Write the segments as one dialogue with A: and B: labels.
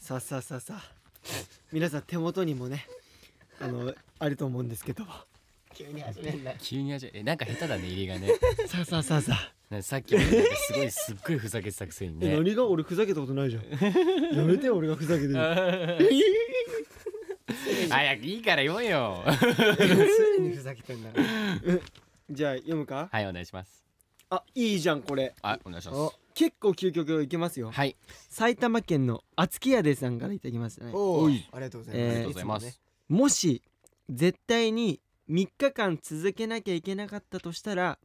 A: さあさあさあさあ皆さん手元にもねあのあると思うんですけども
B: 急に始めんな
C: 急に味わえなんか下手だね入りがね
A: さあさあさあさあ
C: なさっきもなんかすごいすっごいふざけてたくせに
A: え
C: ね
A: 何が俺ふざけたことないじゃん やめてよ俺がふざけてる
C: 早くいいから読めよ
B: 常にふざけてんな
A: じゃあ読むか
C: はいお願いします
A: あいいじゃんこれ
C: あお願いしま
A: お結構究極いけますよ、
C: すはい
A: 埼玉県の厚木屋でさんからいただきましたね
B: おお
C: お
B: あ
C: い
B: りがとうござい
A: えー
C: あ
B: ます
C: りがとうございます、
A: もし絶対に3日間続けなきゃいけなかったとしたら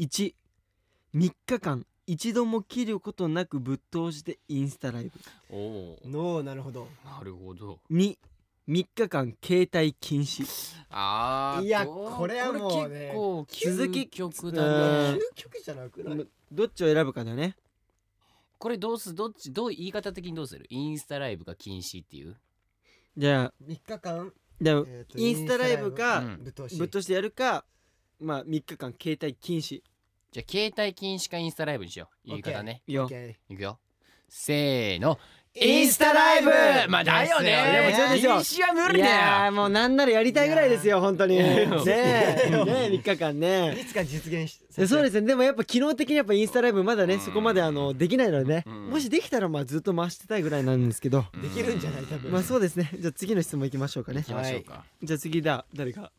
A: 13日間一度も切ることなくぶっ通してインスタライブ
C: おおー
B: のなるほど
C: なるほど
A: 23日間携帯禁止
C: あー
B: いや
C: ど
B: これはもう
C: 結
B: ね
C: 構
A: 続き
C: 究極
A: う
C: だ
A: ー
C: ね
A: ん
B: 究極じゃなくない
A: どっちを選ぶかだね
C: これどうすどっちどう言い方的にどうするインスタライブが禁止っていう
A: じゃあ
B: 3日間
A: じゃあ
B: えーと
A: インスタライブ
C: う
A: か
C: ん
B: ぶっ通し
A: ぶっ通してやるかまあ3日間携帯禁止
C: じゃあ携帯禁止かインスタライブにしよう言い方ね
A: よ
B: OK
C: いくよせーのインスタライブまあだよね
A: いやもちろんで
C: 禁止は無
A: い
C: 理だ
A: や
C: よ
A: ーもうなんならやりたいぐらいですよ本当に
C: いや
A: ねえね
C: ー
A: え3日間ね
B: いつか実現し
A: えそうですすねでもやっぱ機能的にやっぱインスタライブまだ
C: う
A: ね
C: ん
A: そこまであのできないのでね
C: うん
A: もしできたらまあずっと回してたいぐらいなんですけど
B: できるんじゃない多分
A: まあそうですねじゃあ次の質問いきましょうか
C: 行
A: ね
C: きましょうか、
A: じゃあ次だ誰か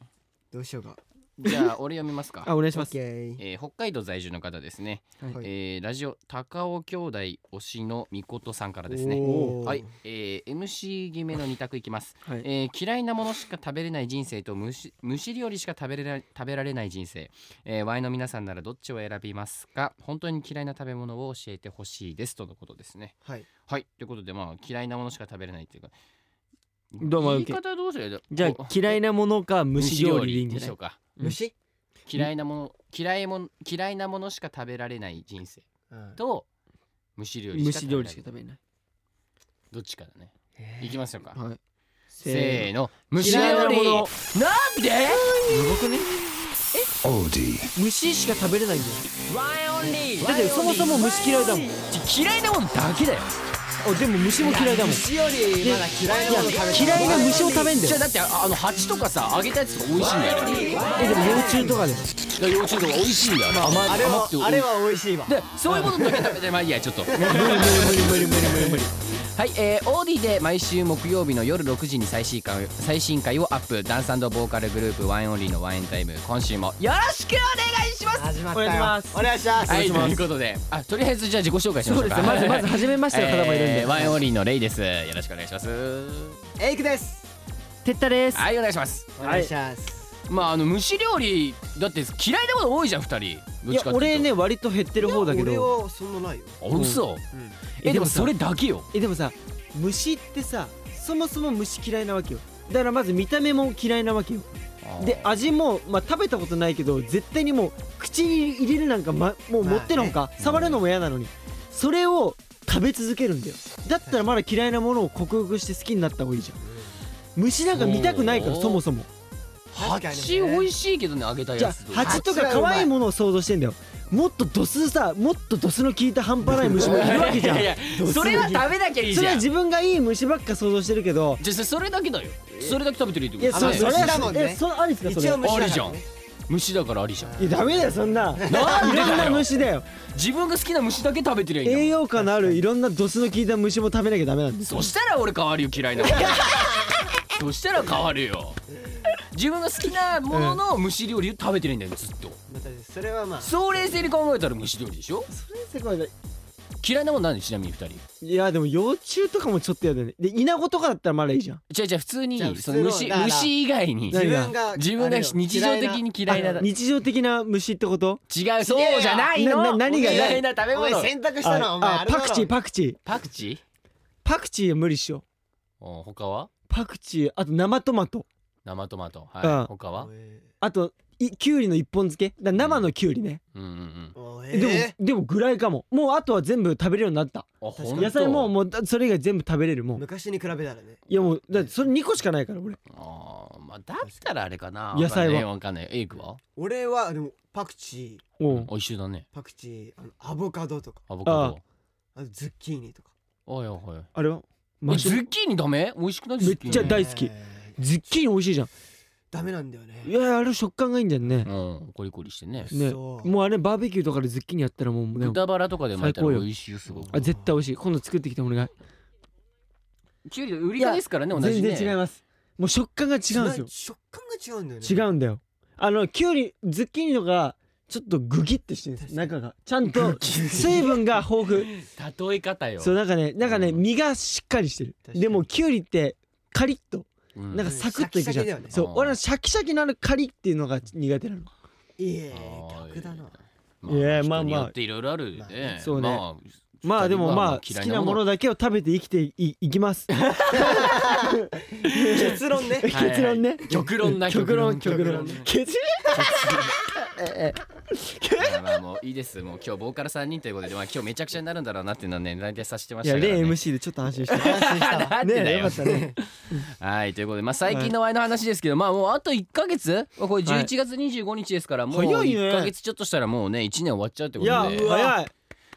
B: どうしようか
C: じゃあ俺読みますか
A: あお願いします
B: OK
C: えー北海道在住の方ですね、
A: はい
B: はい
C: えーラジオ高尾兄弟推しのみことさんからですね
B: おー
C: はい、えー MC 決めの2択いきます、
A: はい
C: えー嫌いなものしか食べれない人生と蒸し蒸し料理しか食べれない食べられない人生、えー、ワイの皆さんならどっちを選びますか本当に嫌いな食べ物を教えてほしいですとのことですね
B: はい
C: はいということでまあ嫌いなものしか食べれないっていうか
A: どうも
C: 言い方どうする
A: じゃあ嫌いなものか蒸し料理でいいんじゃ
C: で
A: な
C: し
A: い
C: ょ
A: う
C: か
A: うん
B: 虫
C: 嫌いなもの嫌いもん嫌いなものしか食べられない人生
B: うん
C: と蒸し料理
A: 蒸
C: しか
A: し
C: 食べ
A: 料
C: ら
A: 理
C: れ
A: しか
C: ない
A: 食べれない
C: どっちかだね
B: えー
C: いきますよか
A: はい
C: せー
A: の
C: の蒸し
A: 嫌い
C: 料
A: な
C: 理
A: も
C: な
A: の
C: んで
A: 蒸ししか食べれないんじゃない
C: ワイオンリー
A: だってそもそも虫嫌いだもん
C: 嫌いなものだけだよ
A: あでも虫も嫌いだもん
B: 虫よりまだ嫌いなもの食べ
A: い
B: て
A: や嫌いな虫を食べんだ
C: じ
A: よ
C: ゃあだってああの蜂とかさ揚げたやつとか美味しいんだよね
A: えでも幼虫とかでも
C: だから幼虫とか美味しいんだよね甘
B: あれ
C: 甘くて
B: はあれは美味しいわ
C: でそういうものだけ食べてまあいいやちょっと無理無理無理無理無理無理はい、えー、オーディで毎週木曜日の夜6時に最新回最新回をアップダンスボーカルグループワンオンリーのワインタイム今週もよろしくお願いします
B: 始まった
A: お
B: よ
A: 願いします
B: お願いします
C: はいということであとりあえずじゃあ自己紹介しまし
A: そ
C: ょ
A: う
C: う
A: で
C: か
A: すねまずまず初めましての方もいるん
C: え
A: で
C: ーワンオンリーのレイですよろしくお願いします
B: エイクです
A: てったです
C: はいお願いします
B: お願いします
C: まああの蒸し料理だって嫌いなもの多いじゃん二人ど
A: い
C: っ
A: や
C: ちかって
A: 俺
C: いうと
A: ね割と減ってる方だけ
B: いや
A: ど
B: 俺はそんなないよ
C: あ嘘、
B: うん
C: えでも
A: さ
C: それだけよ
A: えでもさ虫ってさそもそも虫嫌いなわけよだからまず見た目も嫌いなわけよで味も、まあ、食べたことないけど絶対にもう口に入れるなんか、ま、もう持ってのほか、触るのも嫌なのに、それを食べ続けるんだよだったらまだ嫌いなものを克服して好きになった方がいいじゃん虫なんか見たくないから
C: おー
A: そもそも
B: 確かにね
C: 蜂美味しいけどね揚げた
A: じゃ
C: やつ
A: あ蜂とか
B: 蜂はうま
A: 可
B: い
A: 愛いものを想像してんだよもっとドスさもっとドスの効いた半端ない虫もいるわけじゃん
C: いやいやそれは食べなきゃいい
A: そ
C: じ
A: れは
C: ゃん
A: 自
C: じ
A: 分がいい虫ばっか想像してるけど
C: ゃあそれだけだよそれだけ食べてるいいっ
A: い
C: て
A: や
C: こ
A: そ
C: と
A: れ
C: ね
B: あ
A: それ
B: 虫だもんね
A: えそありですかそ
B: 一
A: れ
B: 応虫だからね
C: あれじゃん虫だからありじゃん
A: いやダメだよそんな
C: なん
A: い
C: で
A: ろん
C: だ
A: な
C: よ
A: 虫だよ
C: 自分が好きな虫だけ食べてりゃいいんだも
A: 栄
C: ん
A: 養価のあるいろんなドスの効いた虫も食べなきゃダメなんですよ
C: そしたら俺変わるよ嫌いな ものそしたら変わるよ自分が好きなものの蒸し料理を食べてるんだよずっと
B: またそれはまあ
C: そう冷静に考えたら蒸し料理でしょ
A: それすごいね
C: 嫌いなもの何ちなみに二人
A: いやでも幼虫とかもちょっとやだねでイナゴとかだったらまだいいじゃん
C: じゃあじゃあ普通
B: じゃあ
C: に
B: 普
C: そ
B: 通
C: の
B: の
C: 虫
B: だから
C: 虫以外に
A: 何
B: 自分が
C: 自分が
B: あれよ
C: 日常的に嫌いな
B: あ
A: 日常的な虫ってこと
C: 違うそうじゃないの
A: なな何が
C: 嫌いな食べ
B: お前
C: 物
B: 選択したのはお前
A: あ
B: あ
A: あ
B: れだ
A: パ
B: ろ
A: クチーパクチー
C: パクチー
A: パクチーは無理っしょ
C: うん他は
A: パクチーあと生トマト
C: 生トマト
A: う
C: は
A: ん
C: い他は
A: あといきゅうりの一本漬けだから生のきゅうりね、
C: うんうんうん
B: おい
A: で
B: え
A: もでもぐらいかももうあとは全部食べれるようになった
C: あ
B: かに
C: ほんと
A: 野菜ももうだそれ以外全部食べれるも
B: ー
A: ん
B: 昔に比べたらね
A: いやもうだってそれ2個しかないから俺
C: あーまあだったらあれかな
A: 野菜は
C: わかんないわかんないエイクは
B: 俺はでもパクチー
A: おう
C: 美味しいだね
B: パクチーあのアボカドとか
C: アボカド
B: あとズッキーニとか
C: おいおいおい
A: あれはマッシ
C: ズ
A: ュ
C: ッキーニダメ美味しくないズッキーニ
A: めっちゃ大好き
B: えー
A: ズッキーニ美味しいじゃん
B: ダメなんだよね
A: いやあれ食感がいいんじゃんね
C: うんコリコリしてね
A: ね
B: そう
A: もうあれバーベキューとかでズッキーニやったらもうね
C: 豚バラとかで巻いたら
A: 最高よ
C: 美味しいよすごく
A: あ絶対美味しい今度作ってきてお願い
C: キュウリ売りがですからね同じね
A: 全然違いますもう食感が違うんですよ
B: 食感が違うんだよね
A: 違うんだよあのきゅうりズッキーニとかちょっとグギってしてるんです中がちゃんと水分が豊富
C: 例え方よ
A: そうなんかねなんかね
C: うん
A: 身がしっかりしてる
B: 確かに
A: でもきゅうりってカリッと
C: うん
A: なんかサクッといくじゃん、
B: シャキシャキだよね
A: そう
C: あー
A: 俺はシャキシャキのあのカリッっていうのが苦手なの
B: いえ
C: はい
B: 逆だない
A: やまあまあ
C: 人によっていろいろある
B: まあ
C: ね
B: ね
A: そうね
C: まあ
A: まあでもまあ好
C: 嫌
A: き
C: い
A: なものだけを食べて生きていいいきます
B: 結論ね
C: は い
A: 結論ね
C: 極論な
A: 極論
C: 極
A: 極
C: 論
A: 論
C: 極論
A: 結
C: まあまあもういいですもう今日ボーカル三人ということでまあ今日めちゃくちゃになるんだろうなっていうのはね大体察してま
A: い
C: した
A: や
C: からね
A: 例 MC でちょっと安心して
B: 安心したわ
C: だってだ
A: ねえ
C: よ
A: よかったね
C: はいということでまあ最近のワイの話ですけどまあもうあと一ヶ月これ11月25日ですからもう
A: 早いね
C: 1ヶ月ちょっとしたらもうね一年終わっちゃうって
A: い
C: こと
A: や
C: で
A: 早い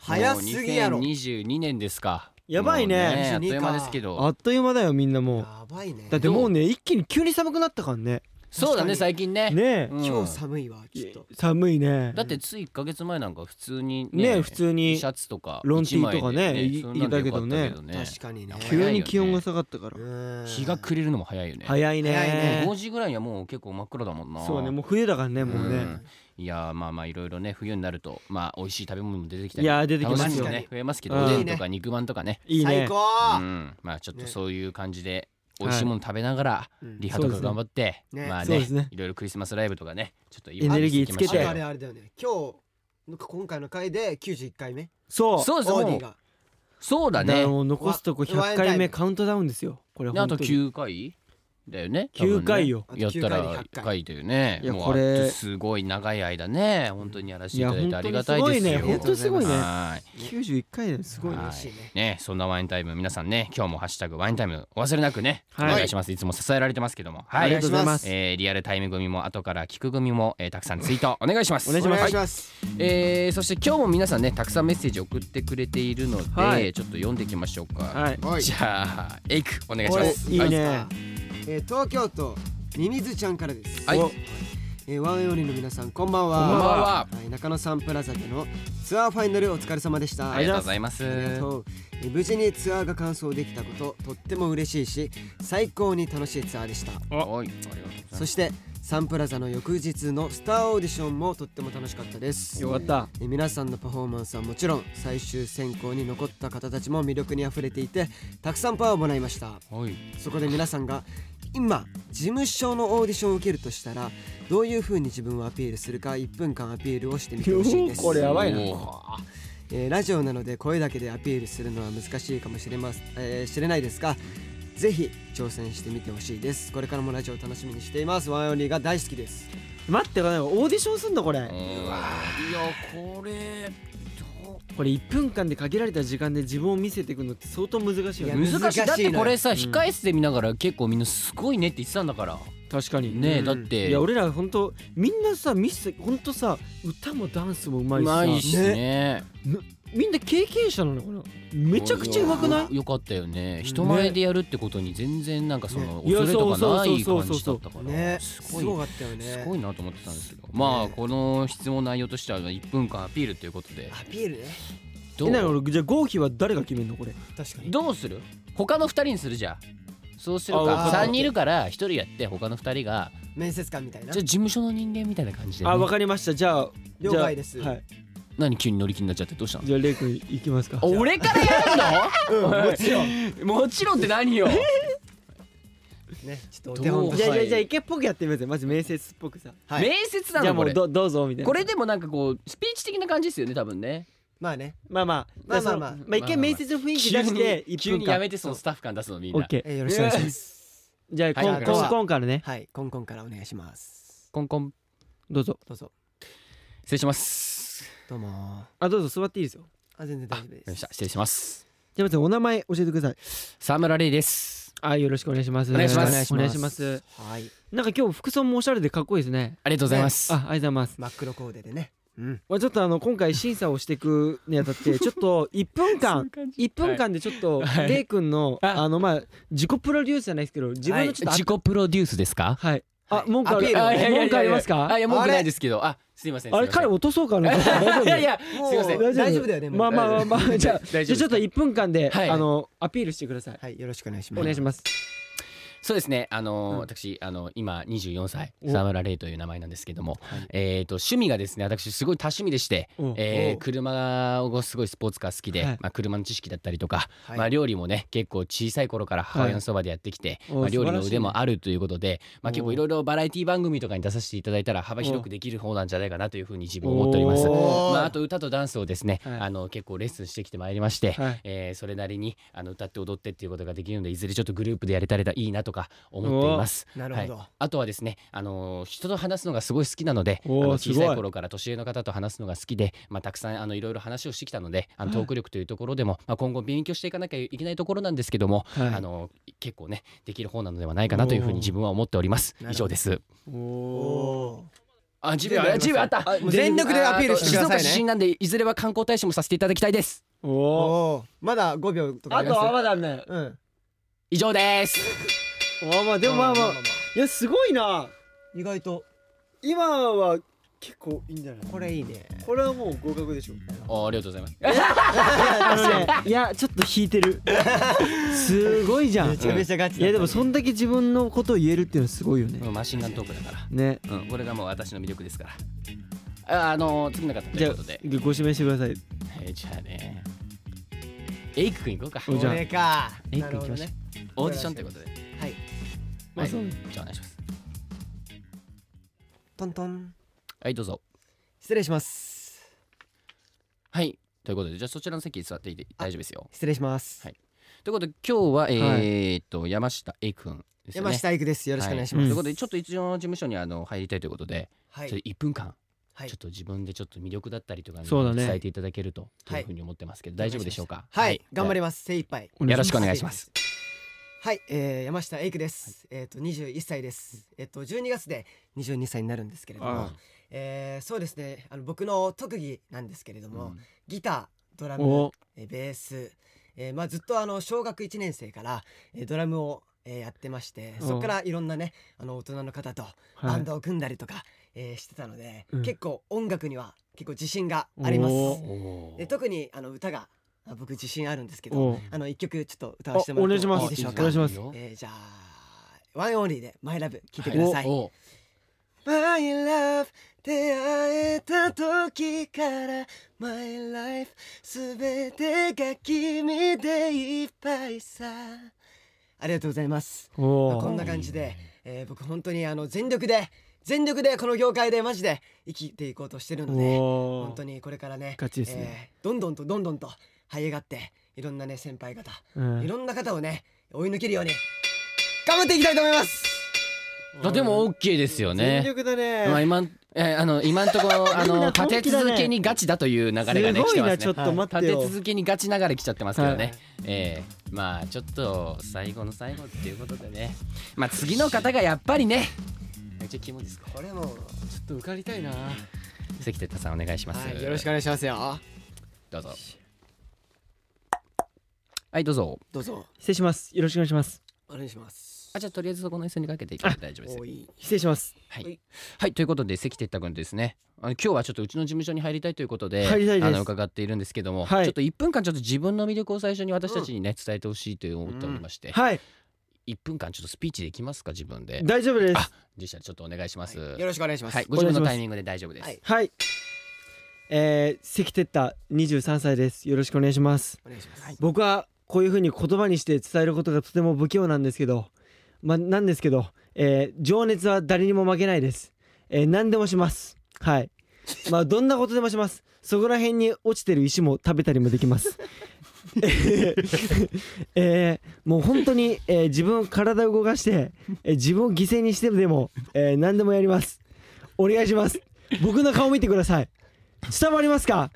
B: 早すぎやろ
C: もう2022年ですか
A: やばいね
C: もうあっという間
B: 22
C: ですけど
A: あっという間だよみんなもう
B: やばいね
A: だってもうね一気に急に寒くなったからね
C: そうだ
B: 確か
C: ね
B: に
C: 最近ね
A: ね
C: うん
B: 今日寒いわちょっと
A: 寒いね
C: だってつい1ヶ月前なんか普通に
A: ねえ普通に
C: シャツとか
A: ロン T とかね
C: 一枚で
A: いいけどね
C: そんなんでよかった
B: 確かにね
C: 早いよ
A: 急に気温が下がったから
B: うん
C: 日が暮れるのも早いよね
A: 早い
B: 早い
A: ね
C: 5時ぐらいにはもう結構真っ暗だもんな
A: そうねもう冬だからねもう
C: う
A: ね
C: んいやーまあまあいろいろね冬になるとまあ美味しい食べ物も出てきたり
A: いやー出てきます
B: よ
C: 楽しみもね増えますけど
A: うん
C: おでんとか肉まんとかね
A: いい
B: 最
A: ね
B: 高
C: うんまあちょっと
B: ね
C: そういう感じで美味しいもの食べながら
B: うん
C: リハとか頑張って
B: そうですね
C: まあ
A: そうです
C: ね
A: ね
C: いろいろクリスマスライブとかねちょっとエ
A: エネルギーつけ
B: あ
A: て
B: れあれあれだよね今日今回の回で91回目
A: そう
C: そうです
B: オーデ
C: も
B: ィ
C: う
B: が
C: そうだ
A: だ
C: ね
A: からもう残すとこ100回目
B: わ
A: カウントダウンですよこれ
C: であ
A: 本
C: と
A: 当に
C: 9回だよね多分ね
A: 9回よ
B: あと
C: やったら
B: 9回で
C: 100
B: 100
C: 回というね
A: いや
C: もう
A: これ
C: あとすごい長い間ね本当にやらせて
A: い
C: い
A: や
C: ただい
A: 本
C: てあ
A: 当
C: り
A: に
C: がた
A: す
C: い
A: ごい
C: です
A: ね
C: よ
A: 本当にすごいね
C: はーい
A: 91回だすごいね
B: 嬉しいね
C: ねそんなワインタイム皆さんね今日もハッシュタグワインタイムお忘れなくね、
A: はい
C: お願いしますいつも支えられてますけどもは
A: ありが
C: い
A: とうございます
C: えーリアルタイム組も後から聞く組も、えーたくさんツイートお願いします
A: お願いし
B: お願い
A: ま
B: します
C: えーそして今日も皆さんねたくさんメッセージ送ってくれているので、
A: はい
C: ちょっと読んでいきましょうか、
A: はい
B: はい
C: じゃあエイクお願いします
A: おいいね
B: えー東京都ミミズちゃんからです
C: はい、
A: お
C: はい、
B: えーワンエンオリの皆さんこんばんは
C: こんばんはい
B: 中野サンプラザでのツアーファイナルお疲れ様でした
C: ありがとうございます
B: ありがとうえー無事にツアーが完走できたこととっても嬉しいし最高に楽しいツアーでした
C: おいありがとうございます
B: そしてサンプラザの翌日のスターオーディションもとっても楽しかったです
A: よかった
B: えー皆さんのパフォーマンスはもちろん最終選考に残った方たちも魅力にあふれていてたくさんパワーをもらいました
C: はい
B: そこで皆さんが今事務所のオーディションを受けるとしたらどういう風に自分をアピールするか1分間アピールをしてみてほしい です
A: これやばいな
C: おー
B: えーラジオなので声だけでアピールするのは難しいかもしれます、えー知れないですがぜひ挑戦してみてほしいですこれからもラジオ楽しみにしていますワンオンリーが大好きです
A: 待ってこれオーディションすんのこ
C: う
A: れ
C: んいやこれ
A: これ1分間で限られた時間で自分を見せていくのって相当難しいよ
B: い
A: ね
B: や
C: 難しい
B: 難しいのよ
C: だってこれさ
A: うん
C: 控え室で見ながら結構みんなすごいねって言ってたんだから
A: 確かに
C: ねえ
B: うん
C: だって
A: いや俺ら本当みんなさミス本当さ歌もダンスもうま
C: う
A: いし
C: ま
A: さ
C: いしね
A: みんな経験者なのかなめちゃくちゃうまくない
C: よかったよね人前でやるってことに全然なんかその
A: ね
C: 恐れとかないい
A: やそう
C: 感
A: そうそう
C: じだ
A: そ
C: っ
A: う
C: たから
B: ね
C: す
B: す
C: ごい
B: ごかったよね
C: すごいなと思ってたんですけどまあ
B: ね
C: この質問内容としては1分間アピールということで
B: アピールね
C: ど
A: えなに
C: う
A: 俺じゃあ合否は誰が決めんのこれ
B: 確か
C: どうする他の2人にするじゃんそうする
A: あわか
C: か
B: った
C: 3人いるから1人やって他の2人が
B: 面接官みたいな
C: じゃあ事務所の人間みたいな感じでね
A: あわかりましたじゃあ
B: 了解です
A: じゃあはい
C: 何急に乗り気になっちゃってどうしたの
A: じゃあレイ君いきますか
C: 俺からやるの もちろんもちろんって何よ
B: ねちょっとお手本
C: どう
B: とし
A: じ
B: て
A: ゃあ
C: は
A: じゃあ
C: い
A: じゃあ池っぽくやってみようぜまず面接っぽくさ
B: はい
C: 面接な
A: じゃあ
C: の
A: も
C: こ
A: う
C: れ
A: どどうぞみたいな
C: これでもなんかこうスピーチ的な感じですよね多分ね
B: まあね
A: まあまあ
B: まあ
A: じゃ
B: まあ
A: その
B: まあ
A: まあ一回面接の雰囲気出して
C: 急
A: 1
C: に急
A: 分
C: に
A: 間
C: やめてそのスタッフ感出すのみん
A: オッ
C: な
A: ケー
B: えーよろしくお願いします
A: じゃあ
C: はい
A: コ
C: わか
A: ン
C: りまし
A: コ
B: た
A: ンコンからね
B: はいコンコンからお願いします
C: コンコン
A: どうぞ
B: どうぞ
C: 失礼します
B: どうも
A: あどうぞ座っていいですよ
B: あ全然大丈夫
C: わかり
B: で
C: まし
B: す
C: た失礼します
A: じゃあまずお名前教えてください
C: 沢村レイです
A: あよろしくお願いします
C: お願いします
A: お願いします
B: はい
A: なんか今日服装もおしゃれでかっこいいですね
C: ありがとうございます
A: あありがとうございます
B: 真っ黒コーデでねうん
A: まあ、ちょっとあの今回審査をしていくにあたってちょっと1分間1分間でちょっと
C: はい
A: レイ君の
C: あ
A: あのまあ自己プロデュースじゃないですけど自分のちょっと
C: 自己プロデュースですか
A: あはいあ文句あ
B: アピールを
A: る
C: いやいやいや
A: 文句あります
C: あ
A: か
C: いや文句ないですけどあすいません
A: あれ彼
C: を
A: 落とそうかな大
C: いやい
A: 丈
C: や
B: もう
C: すいません
A: 夫
B: 大丈夫だよねもう
A: まあまあまあまあじゃあ
C: 大
A: じ
C: 丈
A: ゃあ
C: 夫
A: ちょっと1分間で
C: はい
A: あのアピールしてください
B: はいよろしくお願いします
A: お願いします
C: そうですねあのー
A: うん
C: 私あの今24歳
A: お
C: 沢村玲という名前なんですけども、
B: はい
C: えっ、と趣味がですね私すごい多趣味でして、
A: うん
C: えー
B: お
C: 車をすごいスポーツカー好きで、
A: はい
C: まあ、車の知識だったりとか、
B: はい
C: まあ、料理もね結構小さい頃から母親のそばでやってきて、
A: お
C: まあ、料
A: 素晴
C: 理
A: ら
C: の
A: しい
C: 腕もあるということで、まあ、
A: お
C: 結構いろいろバラエティ番組とかに出させていただいたら幅広くできる方なんじゃないかなというふうに自分思っております。
A: お
B: ー
C: まあ、あと歌とダンスをですね、
A: はい
C: あの結構レッスンしてきてまいりまして、
A: はい
C: えーそれなりにあの歌って踊ってっていうことができるのでいずれちょっとグループでやれたらいいなとか思っています。
B: なるほど
C: はい、あとはですね、あのー人と話すのがすごい好きなのであ
A: おー
C: の
A: す
C: 小
A: ごい
C: さい頃から年上の方と話すのが好きで、まあ、たくさんあのいろいろ話をしてきたのであの
A: はい
C: トーク力というところでも、まあ、今後勉強していかなきゃいけないところなんですけども、
A: はい
C: あのー結構ねできる方なのではないかなというふうに自分は思っております
B: おー
C: 以上です。
A: お
B: お
A: お
C: あ10秒あ10秒あった
B: もう全力でアピールしてくださいね
C: あと静岡出身なんでいずれは観光大使もさせていただきたいです
A: お
B: お
A: お
B: ーまだ5秒とか
A: あとはまだね
B: うん
C: 以上です
A: あまあでもまあまあいやすごいな
B: 意外と
A: 今は結構いいんじゃない
B: これいいね
A: これはもう合格でしょ
C: あありがとうございます
A: あのねいやちょっと引いてるすごいじゃん
B: めちゃめちゃガチだった
A: いやでもそんだけ自分のことを言えるっていうのはすごいよね
C: もうマシンガントークだか
A: ね
C: ら、うん、これがもう私の魅力ですからああのー作んなかったと
A: じ
C: い
A: ゃ
C: う
A: あ
C: ことで、
A: ご指名してください
C: えーじゃあねエイク君行こうか
A: おじゃあ
B: これか
A: エイク
B: なるほ
A: 行
B: どね
A: き
C: オーディションということで
B: はい
A: まあ
C: はい
A: そう
C: じゃあお願いします
B: トントン
C: はいどうぞ
B: 失礼します
C: はいということでじゃあそちらの席に座っていて大丈夫ですよ
B: 失礼します
C: はいということで今日はえーっと、山下エイク君ですよね
B: 山下育ですよろしくお願いし
A: う
B: ま
A: ん
C: とい
B: す
C: うことでちょっと一応事務所にあの入りたいということで、
B: は
C: ちょっと1分間、
B: はい
C: ちょっと自分でちょっと魅力だったりとか、
A: そうだね
C: 伝えていただけるとと
B: はいいう
C: ふうに思ってますけど、大丈夫でしょうか
B: はい頑張り
C: ま
B: ます精一杯
A: お願いします
C: よろしくお願いします
B: はい、えー、山下英久です、えっ、と21歳ですえっ、と12月で22歳になるんですけれども
A: あ
B: えー、そうですねあの僕の特技なんですけれども、
C: うん
B: ギタードラム
A: お
B: えーベース、えーまあ、ずっとあの小学1年生から、えードラムを、えーやってまして
A: うん
B: そこからいろんなねあの大人の方とバン
A: ド
B: ドを組んだりとか、えーしてたので、
A: うん
B: 結構音楽には結構自信があります
A: お
C: お
B: で
C: ー
B: 特にあの歌があ僕自信あるんですけど
A: お
B: あの一曲ちょっと歌
A: あ
B: わせても
A: お
B: ら
A: 願
B: っ
A: いし
B: ても
A: ま
B: い
A: す
B: いでしょう
A: お
B: か
A: 願いします
C: よ
B: えーじゃあワンオンリーで「マイラブ聴いて
C: はい
B: ください、
C: お
B: マイラフ出会えた時からマイライフすべてが君でいっぱいさありがとうございますまあこ
A: お
B: んな感じで、えー僕本当にあの全力で全力でこの業界でマジで生きていこうとしてるので
A: 本
B: 本当にこれからね
A: ガチですね
B: えーどんどんとどんどんと這い上がっていろんなね先輩方いろんな方をね追い抜けるように頑張っていきたいと思います
C: ーあでも OK ですよ
A: 全
C: ね
A: 力だ
C: まあ
A: ね
C: 今ん えーあの今んと ころ
A: み
C: あ
A: ん
C: の
A: な
C: 立
A: 本
C: て
A: 気だね
C: 続けにガチだという流れが
A: す
C: ね
A: ご
C: 来て
A: い
C: ます
A: な
C: ね
A: ちょっと待って
C: 立て
A: よ
C: 続けにガチ流れ来ちゃってますけどね、
A: はい
C: えーまあちょっと最後の最後っていうことでねまあ次の方がやっぱりねめっちゃ肝ですか
B: これも
A: ちょっと受かりたいな
C: 関哲太さんお願いします、
B: はいよろしくお願いしますよ
C: どうぞはいどうぞ
B: どうぞ
A: 失礼しますよろしくお願いします
B: お願いします
C: あじゃあとりあえずそこの椅子にかけていけば大丈夫ですよ
B: おい
A: 失礼します
C: はい、はい、ということで関哲太君ですねあの今日はちょっとうちの事務所に入りたいということで
A: 入りたいです
C: あの伺っているんですけども、
A: はい
C: ちょっと1分間ちょっと自分の魅力を最初に私たちにね、伝えてほしいと思っておりまして、
A: はい
C: 1分間ちょっとスピーチできますか自分で
A: 大丈夫です
C: あでしたらちょっとお願いします、
B: は
C: はい
B: よろしくお願いします
C: い、ご自分のタイミングで大丈夫です、
B: はい
A: はいえー関哲太23歳ですよろしくお願いします
B: お願いします
A: 僕はこういうふうに言葉にして伝えることがとても不器用なんですけど、まあ、なんですけど、えー情熱は誰にも負けないです、えー何でもしますはいまあどんなことでもしますそこら辺に落ちてる石も食べたりもできます えーもう本当に、えー自分を体を動かして、えー自分を犠牲にしてでも、えー何でもやりますお願いします僕の顔見てください伝わりますか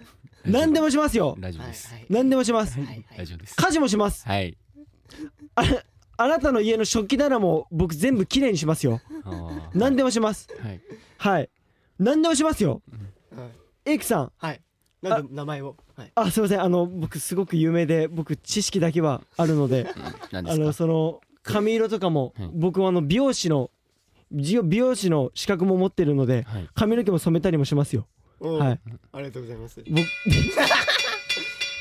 A: 何でもしますよ
C: 大丈夫
B: はい
C: です、
B: はい
A: 何でもします
B: はいはい
C: 大丈夫です
A: 家事もします
C: はい
A: あなたの家の食器棚も僕全部きれいにしますよ。
C: あー
A: 何でもします。
C: はい
A: はい。何でもしますよ。
B: うん
A: エイクさん
B: はいなんで名前をはい
A: あすいませんあの僕すごく有名で僕知識だけはあるので
C: 何
A: あの
C: ですか
A: その髪色とかも、
C: はい
A: 僕はあの美容師の美容美容師の資格も持ってるので、
C: はい
A: 髪の毛も染めたりもしますよ。
B: おー
A: はい。
B: ありがとうございます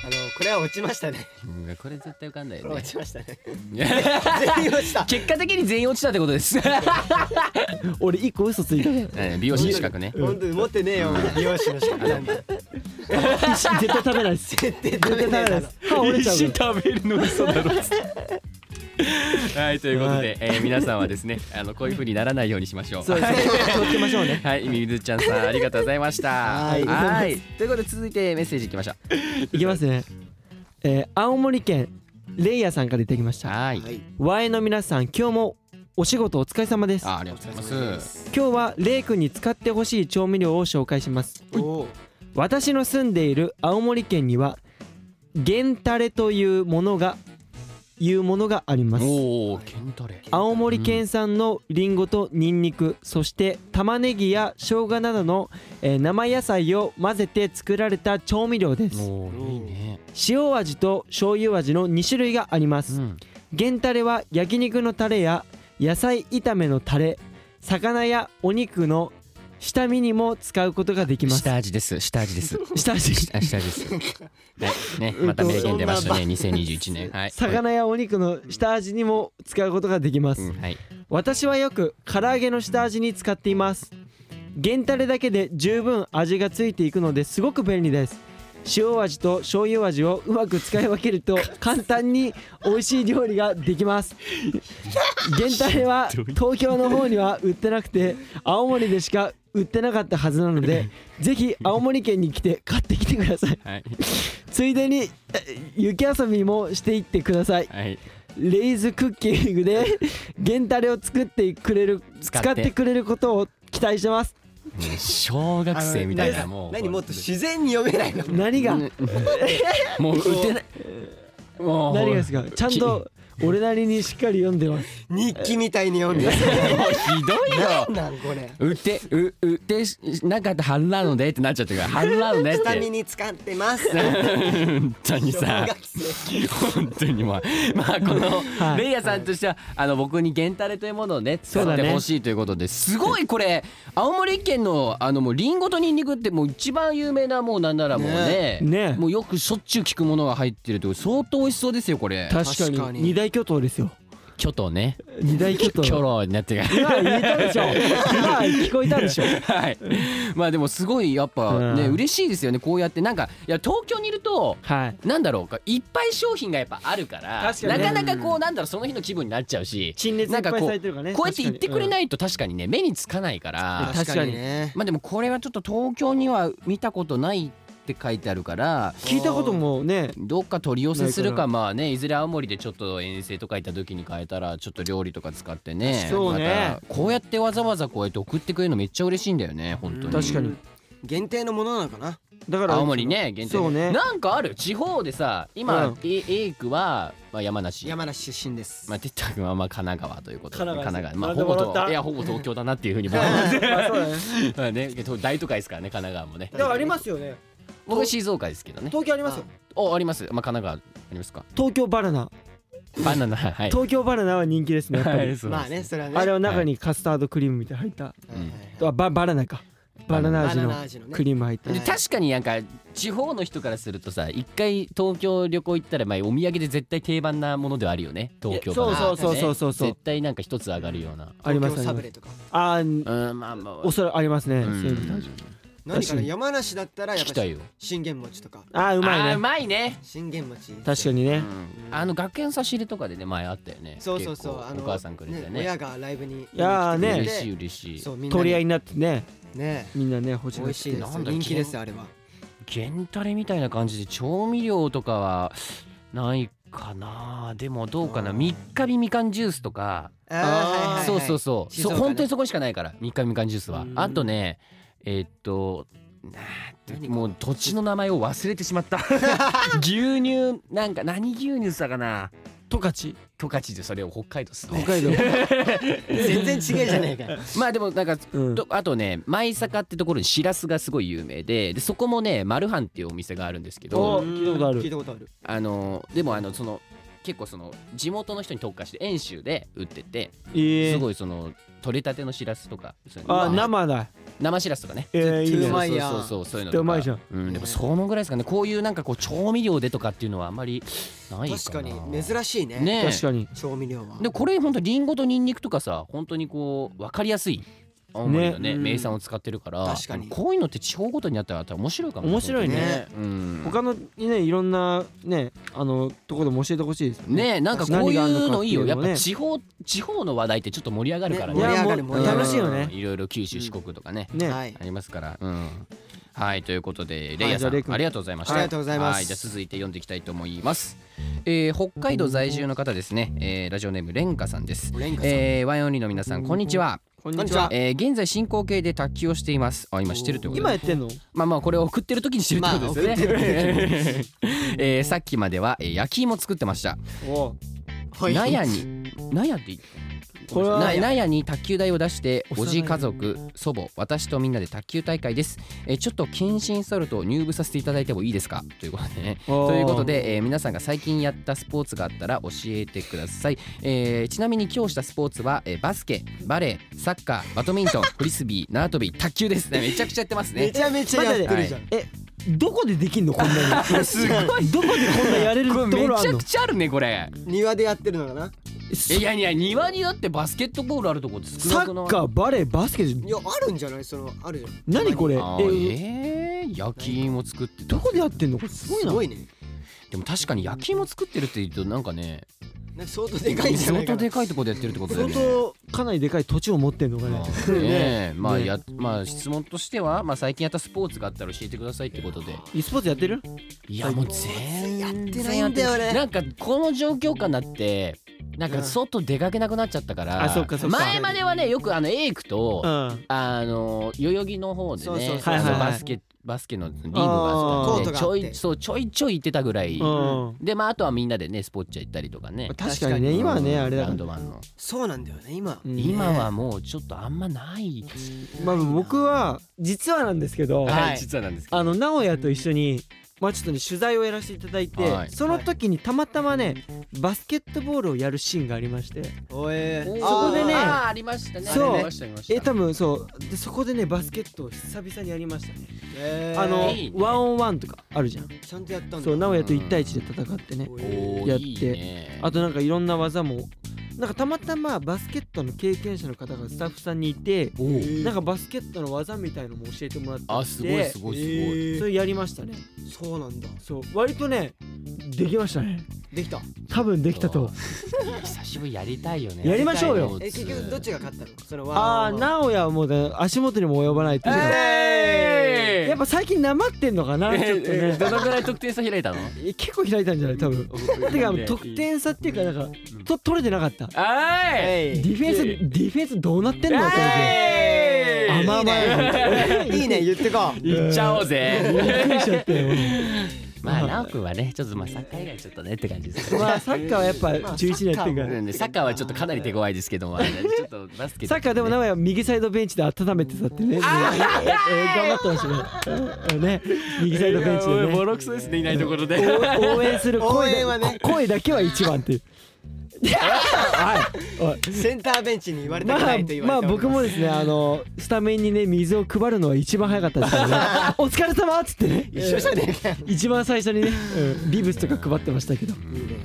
B: あの
A: 僕
B: これは落ちましたね
C: うんこれ絶対浮かんない
B: こ
C: よね
B: れ落ちました ね
C: いや
B: 全員落ちた
C: 結果的に全員落ちたってことです
A: 俺一個嘘ついた。
C: えー美容師の資格ね
B: 本当に持ってねえよ美容師の資格なんて
A: 石絶対食べないです。
B: 絶対ダメ
A: 絶対食べ
B: だ
A: ない
B: よ
A: です。歯折れちゃうから。
C: 食べるの嘘だろ はいということで、えー皆さんはですね あのこういう風にならないようにしましょう
A: そうですね。気をつけましょうね。
C: はいみずちゃんさんありがとうございました
A: はい
C: はいということで続いてメッセージいきましょ
A: いきますね。えー、青森県レイヤーさんからいただきまし
C: う
A: た。
C: はい
B: はい
A: ワイの皆さん今日もお仕事お疲れ様です。
C: あありがとうございます
A: 今日はレイくんに使ってほしい調味料を紹介します。
B: おー
A: 私の住んでいる青森県には源タレというものがいうものがあります
C: おおケンタレ
A: 青森県産のリンゴとニンニクそして玉ねぎや生姜などの、えー生野菜を混ぜて作られた調味料です
C: おーいいね
A: 塩味と醤油味の2種類があります
C: ん
A: 源タレは焼肉のタレや野菜炒めのタレ魚やお肉の下身にも使うことができます
C: 下味です下味です
A: 下味
C: 下味ですはいねまた名言出ましたね2021年 はい
A: 魚やお肉の下味にも使うことができます、
C: うんはい
A: 私はよく唐揚げの下味に使っています原タレだけで十分味がついていくのですごく便利です塩味と醤油味をうまく使い分けると簡単に美味しい料理ができます原タレは東京の方には売ってなくて青森でしか売ってなかったはずなのでぜひ青森県に来て買ってきてください
C: はい
A: ついでにえ雪遊びもしていってください
C: はい
A: レイズクッキング で原タレを作ってくれる
C: 使
A: 使
C: っ
A: っててくれることを期待してます
C: うん小学生みたいなもう
B: 何もっと自然に読めないの
A: 何が、
C: もう打てないもう
A: 何がですかちゃんと俺なりにしっかり読んでます
B: 日記みたいに読んで
C: もうひどいよ
B: 何なんこれ
C: 打てう打てしなかった払うのでってなっちゃ ってるから払うのでっ
B: 下見
C: て
B: に使ってます
C: 本当にさ本当にまあまあこの
A: はい
C: レイヤーさんとしてはあの僕に源タレというものをね使
A: そう
C: っ
A: だね
C: てほしいということですごいこれ青森県のあのもうリンゴとニンニクってもう一番有名なもうなんならもうね
A: ねね
C: もうよくしょっちゅう聞くものが入ってると相当美味しそうですよこれ
A: 確
B: かに
A: かに二大巨頭ですよ
C: キョトね
A: 二大巨頭
C: キョロになってから
A: 今言えたでしょ今聞こえたで しょ
C: はい、まあでもすごいやっぱね、
A: うん
C: 嬉しいですよねこうやってなんかいや東京にいると
A: はい
C: なんだろうかいっぱい商品がやっぱあるから
A: 確かにね
C: なかなかこうなんだろうその日の気分になっちゃうし
A: 陳列い
C: な
A: っ
C: んか
A: ぱい
C: こ
A: さ
C: う
A: れてるからね
C: こうやって言ってくれ
A: い
C: ないと確かにね目につかないから
A: 確かに
B: ね
C: まあでもこれはちょっと東京には見たことないって書いてあるから
A: 聞いたこともね
C: どっか取り寄せする
A: な
C: かまあねいずれ青森でちょっと遠征とか行った時に変えたらちょっと料理とか使ってね
A: そうね
C: またこうやってわざわざこうやって送ってくれるのめっちゃ嬉しいんだよね本当に
A: 確かに
B: 限定のものなのかな
A: だから
C: 青森ね限定
A: そうね
C: なんかある地方でさ
A: う
C: 今
A: ん
C: A, A 区は、まあ、山梨
B: 山梨出身です
C: まあ、てったくんはまあ神奈川ということで
A: 神奈川です
C: まあ
A: なんで
C: ほぼ
A: 笑った
C: といやほぼ東京だなっていうふうに僕は
A: ま
C: 思って
A: あ そうだね
C: まあね大都会ですからね神奈川もね
A: だからありますよね
C: 僕は静岡ですけどね
A: 東京ありますよ
C: おありますまあ神奈川ありますか
A: 東京バナナ
C: バナナはい
A: 東京バナナは人気ですねやっぱ
C: は
A: り
C: いそう
B: まあねそれはね
A: あれは中にカスタードクリームみたいなの入った
B: はいはい
A: あババナナかバナナ味
B: バナ
A: の
B: ナ味のね
A: クリーム入って
C: で
A: る
B: はい
C: 確かになんか地方の人からするとさ一回東京旅行行ったらまあお土産で絶対定番なものではあるよね東京バナナ
B: そうそう
A: そうそうそう
C: 絶対なんか一つ上がるような
A: ありま
B: 東
A: す
B: 京
A: ありま
B: サブ
A: す
B: レとか
A: あー
C: うんまあまあ
A: おそらくありますね
C: うん
A: そういうの
B: 何か
A: 確か
B: な
A: に
B: 山梨だったらやっ
C: 聞きた
B: ぱ
C: いよ
B: 信玄餅とか
A: あーうま
C: あー
A: いね
C: まいね
B: 信玄餅
A: 確かにね
C: あの学園差し入れとかでね前あったよね
B: そうそうそう
C: 結構
B: あの
C: お母さんくれて
B: ね
C: ね
B: 親がライブに
A: いやーね
C: 嬉しい嬉しい
B: そうみんな
A: 取り合い
B: い
A: になってね
B: ね
A: みんなね欲し
B: 美味しい
A: い
B: です
C: なんだ
B: 人気ですあれは
C: 原タレみたいな感じで調味料とかはないかなでもどうかな
B: あー
C: 三日日みかんジュースとか
B: あーはいはいはい
C: そうそうそう
B: 静
C: そ
B: 岡
C: う
B: ね
C: 本当にそこしかないから三日日みかんジュースは
B: うん
C: あとねえーっとなー
B: 何か
C: もう土 地の名前を忘れてしまった牛乳なんか何牛乳さかな
A: 十勝
C: 十勝でそれを北海道っす
A: 北
C: ね
A: 海道、
B: 全然違うじゃねえかよ
C: まあでもなんか
A: うん
C: とあとね舞坂ってところにしらすがすごい有名ででそこもねマルハンっていう お店があるんですけ
A: お
C: ど
A: 聞いたことある
B: 聞いたことある
C: あのでもあのその結構その地元の人に特化して遠州で売ってて
A: ええ
C: すごいその取れたてのしらすとかそういうの
A: あ生だ
C: 生しらすとかね
A: ええいい
B: 絶対う
A: ね
B: まいやん
C: そうそうそうそういう
A: 絶
C: の
A: 対うまいじゃん
C: うんでもそのぐらいですかねこういうなんかこう調味料でとかっていうのはあんまりないかな
B: 確かに珍しいね
C: ねえ
A: 確かに
B: 調味料は
C: でこれ本当リンゴとニンニクとかさ本当にこう分かりやすい青森のね
B: ねうん
C: 名産を使ってるから
B: 確かに
C: こういうのって地方ごとにあったら面白いかも
A: 面白いね
B: ね
C: 本当にうん
A: 他のねいろんなねあのところでも教えてほしいですよ
C: ねえなんかこういうのいいよ
A: 何
C: や
A: があるのかっていうのね
C: っぱ地方地方の話題ってちょっと盛り上がるから
A: い
B: ね盛り
C: ね
A: や
B: 上
A: も
B: がる
A: う
B: 盛り上がる
A: 楽しいよ
C: うん
A: ね
C: いろいろ九州四国とかね
A: ね
B: はい
C: ありますからうんはいということでレイヤーさん
A: じゃあレイ君
C: ありがとうございました
B: ありがとうございます
C: はいじゃあ続いて読んでいきたいと思いますえー北海道在住の方ですねえーラジオネームレンカさんです
B: レンガさん
C: えーワイオンリーの皆さんこんにちは
A: こん
B: にちは
C: えー現在進行形で卓球をしていますあ今してるってこと
A: 今
C: ね
A: やってんの
C: まあまあこれを送ってる時にしてるってことですよ
B: まあ送
C: ね えーさっきまではえー焼き芋作ってました
A: お
B: はい
C: 納屋 に納屋っていい
A: これは
C: な納屋に卓球台を出して
A: 幼い
C: おじ家族祖母私とみんなで卓球大会ですえーちょっと謹慎ソルトを入部させていただいてもいいですかということでね
A: お
C: ということで、えー皆さんが最近やったスポーツがあったら教えてください、えーちなみに今日したスポーツは、えーバスケバレーサッカーバドミント ンフリスビー縄跳び卓球ですねめちゃくちゃやってます
B: め
C: ね
B: ちゃめちゃ
A: 待っ
B: や
A: て
B: ってるじゃん
A: えどこでできんのこんなにすご いどこでこんなやれると
C: これ
A: こ
C: め
A: ろあ
C: ち
A: ん
C: ゃ
A: の
C: くちゃあるねこれ
B: 庭でやってるのかない
C: やいや庭にだってバスケットボールあるとこって少
A: サ
C: なくない
A: ッカーバレーバスケ
B: いやあるんじゃないそのあるじゃん
A: 何これ
C: あー
A: え
C: えー焼き芋作って
A: どこでやってんのこれすごい
B: す
A: な
B: ごいね
C: でも確かに焼き芋作ってるって言うとなんかね
B: なんか相当でかいんじゃな
C: 相
B: いか
C: 当
B: な
C: でかいとこでやってるってことだよ
A: 相
C: ね
A: 当かなりでかい土地を持ってんのかね
C: まあねまあ
A: ね
C: やまあ質問としてはまあ最近やったスポーツがあったら教えてくださいってことで
A: e スポーツやってる
C: いやもう全然
B: やってないんだよ俺
C: なんかこの状況下になってなんか外出かけなくなっちゃったから、
A: あそっかそっか
C: 前まではねよくあのエイクと、
A: ん
C: あの代々木の方で
B: そうそう
C: ね
B: そう
C: あの
A: はいはいはい
C: バスケバスケのリーグがあったんで
B: あー
C: ちょ
B: コートがあっ
C: い
B: て
C: そうちょいちょい行ってたぐらい、
A: うん
C: でまああとはみんなでねスポッチャ行ったりとかね
A: 確かにね今はねあれだ
C: ラ
A: か
C: ウン
A: ら
C: ドワンの、
B: そうなんだよね今
A: うん
C: 今はもうちょっとあんまない、
A: まあ僕は実はなんですけど
B: はい
C: 実はなんですけど
A: あの直哉と一緒にまあちょっとね取材をやらせていただいて、
C: はい
A: その時にたまたまねバスケットボールをやるシーンがありまして
B: おえ
C: おー
A: そこでね
C: あーありましたね
A: そう
C: ありましたありました
A: え多分そうでそこでねバスケットを久々にやりましたね、あの
C: いいね
A: ワンオンワンとかあるじゃん
B: ちゃんとやったんだ
A: そう直哉と1対1で戦ってね
B: おえ
C: おー
A: やって
C: いいね
A: あとなんかいろんな技もなんかたまたまバスケットの経験者の方がスタッフさんにいて
C: おー
A: なんかバスケットの技みたいのも教えてもらって
C: あすごいすごいすごい、
B: えー
A: それやりましたね
B: そうなんだ
A: そう割とねできましたね
B: できた
A: 多分できたと
C: いや久しぶりやりたいよね
A: やりましょうよ
B: え結局どっちが勝ったのそのワン
A: ああ
B: ワン
A: 直哉はもうね足元にも及ばないっていうか
C: えー
A: やっぱ最近なまってんのかなちょっと
C: えー
A: ね
C: どのぐらい得点差開いたの
A: え結構開いたんじゃない多分てか得点差っていうかなんかと取れてなかった
C: あーい
A: デ
B: えい
A: ィフェンスディフェンスどうなってんのって
C: えー
A: あまあまあ
B: いいね言ってこう
C: いっちゃおう
A: び
C: ぜ
A: っくりしちゃって
C: まあ奈くんはねちょっとまあサッカー以外ちょっとねって感 じですけど
A: まあサッカーはやっぱ中1でやってるから
C: うんサッカーはちょっとかなり手強いですけどもあれちょっとバスケ
A: サッカーでも名
C: ね
A: 古屋右サイドベンチで温めてたってね。えー頑張ってほしいねうんうんね。右サイドベンチ
C: い
A: で
C: やおいボ
A: ね。
C: ロクソですねいないところで
A: お応援する
B: 応
A: 声
B: 援は
A: だ
B: ね
A: 声だけは一番っていう。はい。おい
B: センターベンチに言われた
A: ま
B: くな
A: あ
B: いと言われ
A: まあ
B: ております
A: 僕もですねあのスタメンにね水を配るのは一番早かったですからね。お疲れ様っつってね。
B: 一緒じゃねえかよ
A: 一番最初にねうんビブスとか配ってましたけど。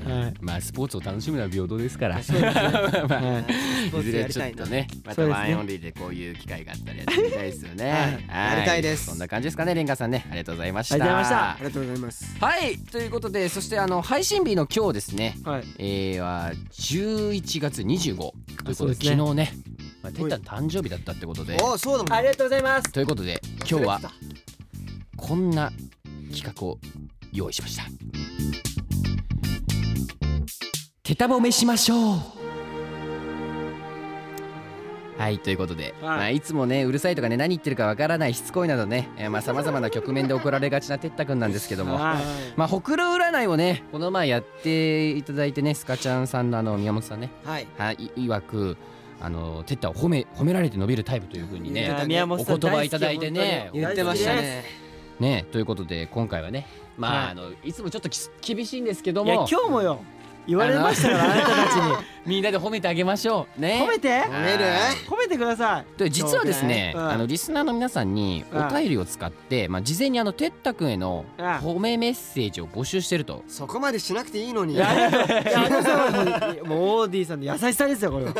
A: はい。
C: まあスポーツを楽しむのは平等ですからまあ
A: はい。
B: ス ポ
C: いず
B: ーツ
C: れ
B: やり
C: ちょ
B: た
C: っ
B: いな
C: とねまた
A: そうですね
C: ワンエンオンリーでこういう機会があったらやってみたいですよねは
B: やりたいです
C: そんな感じですかねレンガさんねありがとうございました
A: ありがとうございま
B: ありがとうございます
C: はいということでそしてあの配信日の今日ですね
A: はい。
C: えー、は11月25というこ
A: そう
C: とで
A: ですね
C: 昨日ね、まあ、てったん誕生日だったってことで
B: おーそうだもん
A: ありがとうございます。
C: ということで今日はこんな企画を用意しました「手たぼめしましょう」はいということで、
A: はい
C: まあ、いつもねうるさいとかね何言ってるかわからないしつこいなどねえーまあさまざまな局面で怒られがちなてったくんなんですけども。
A: はい
C: まあ、ほくろ占いをねこの前やっていただいてねスカちゃんさんのあの宮本さんね
B: はい
C: はいいわくあのテッタを褒め褒められて伸びるタイプというふうに
A: い
C: ね
A: や宮本さん
C: お言葉いただいてね
A: 大好き
B: 言ってましたね
C: ねということで今回はねまあ,、
A: はい
C: あのいつもちょっときす厳しいんですけど
A: いや今
C: も
A: 日もよ言われましたからあなたたちに
C: みんなで褒めてあげましょうね
A: 褒めて
B: 褒める
C: はい
A: 褒めてくだ さい
C: で実はですね、
A: そうねうん
C: あのリスナーの皆さんにお便りを使って、まあ、事前にあのてったくんへの
A: うん
C: 褒めメッセージを募集してると
B: そこまでしなくていいのに
A: いやありがとういやあのさもうもうオーディさんの優しさですよこれは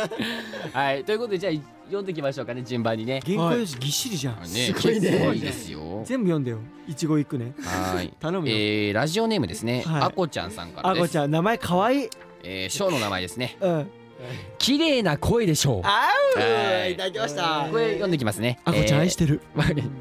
A: 原
C: はいということでじゃあい読んでいきましょうかね順番にね
A: 稿用紙ぎっしりじゃん、
C: ね
B: すごいね
C: すごいですよ
A: 全部読んでよ一語一句ね
C: はい
A: 頼むよ、
C: えー、ラジオネームですね、
A: はい
C: あこちゃんさんから
A: あ
C: です
A: こちゃん名前かわいい
C: えー、ショーの名前ですね
A: うん
C: 綺麗な声でしょう
B: あ
C: は
B: ういただきました
C: これ読んでいきますね
A: あこちゃん愛しててる、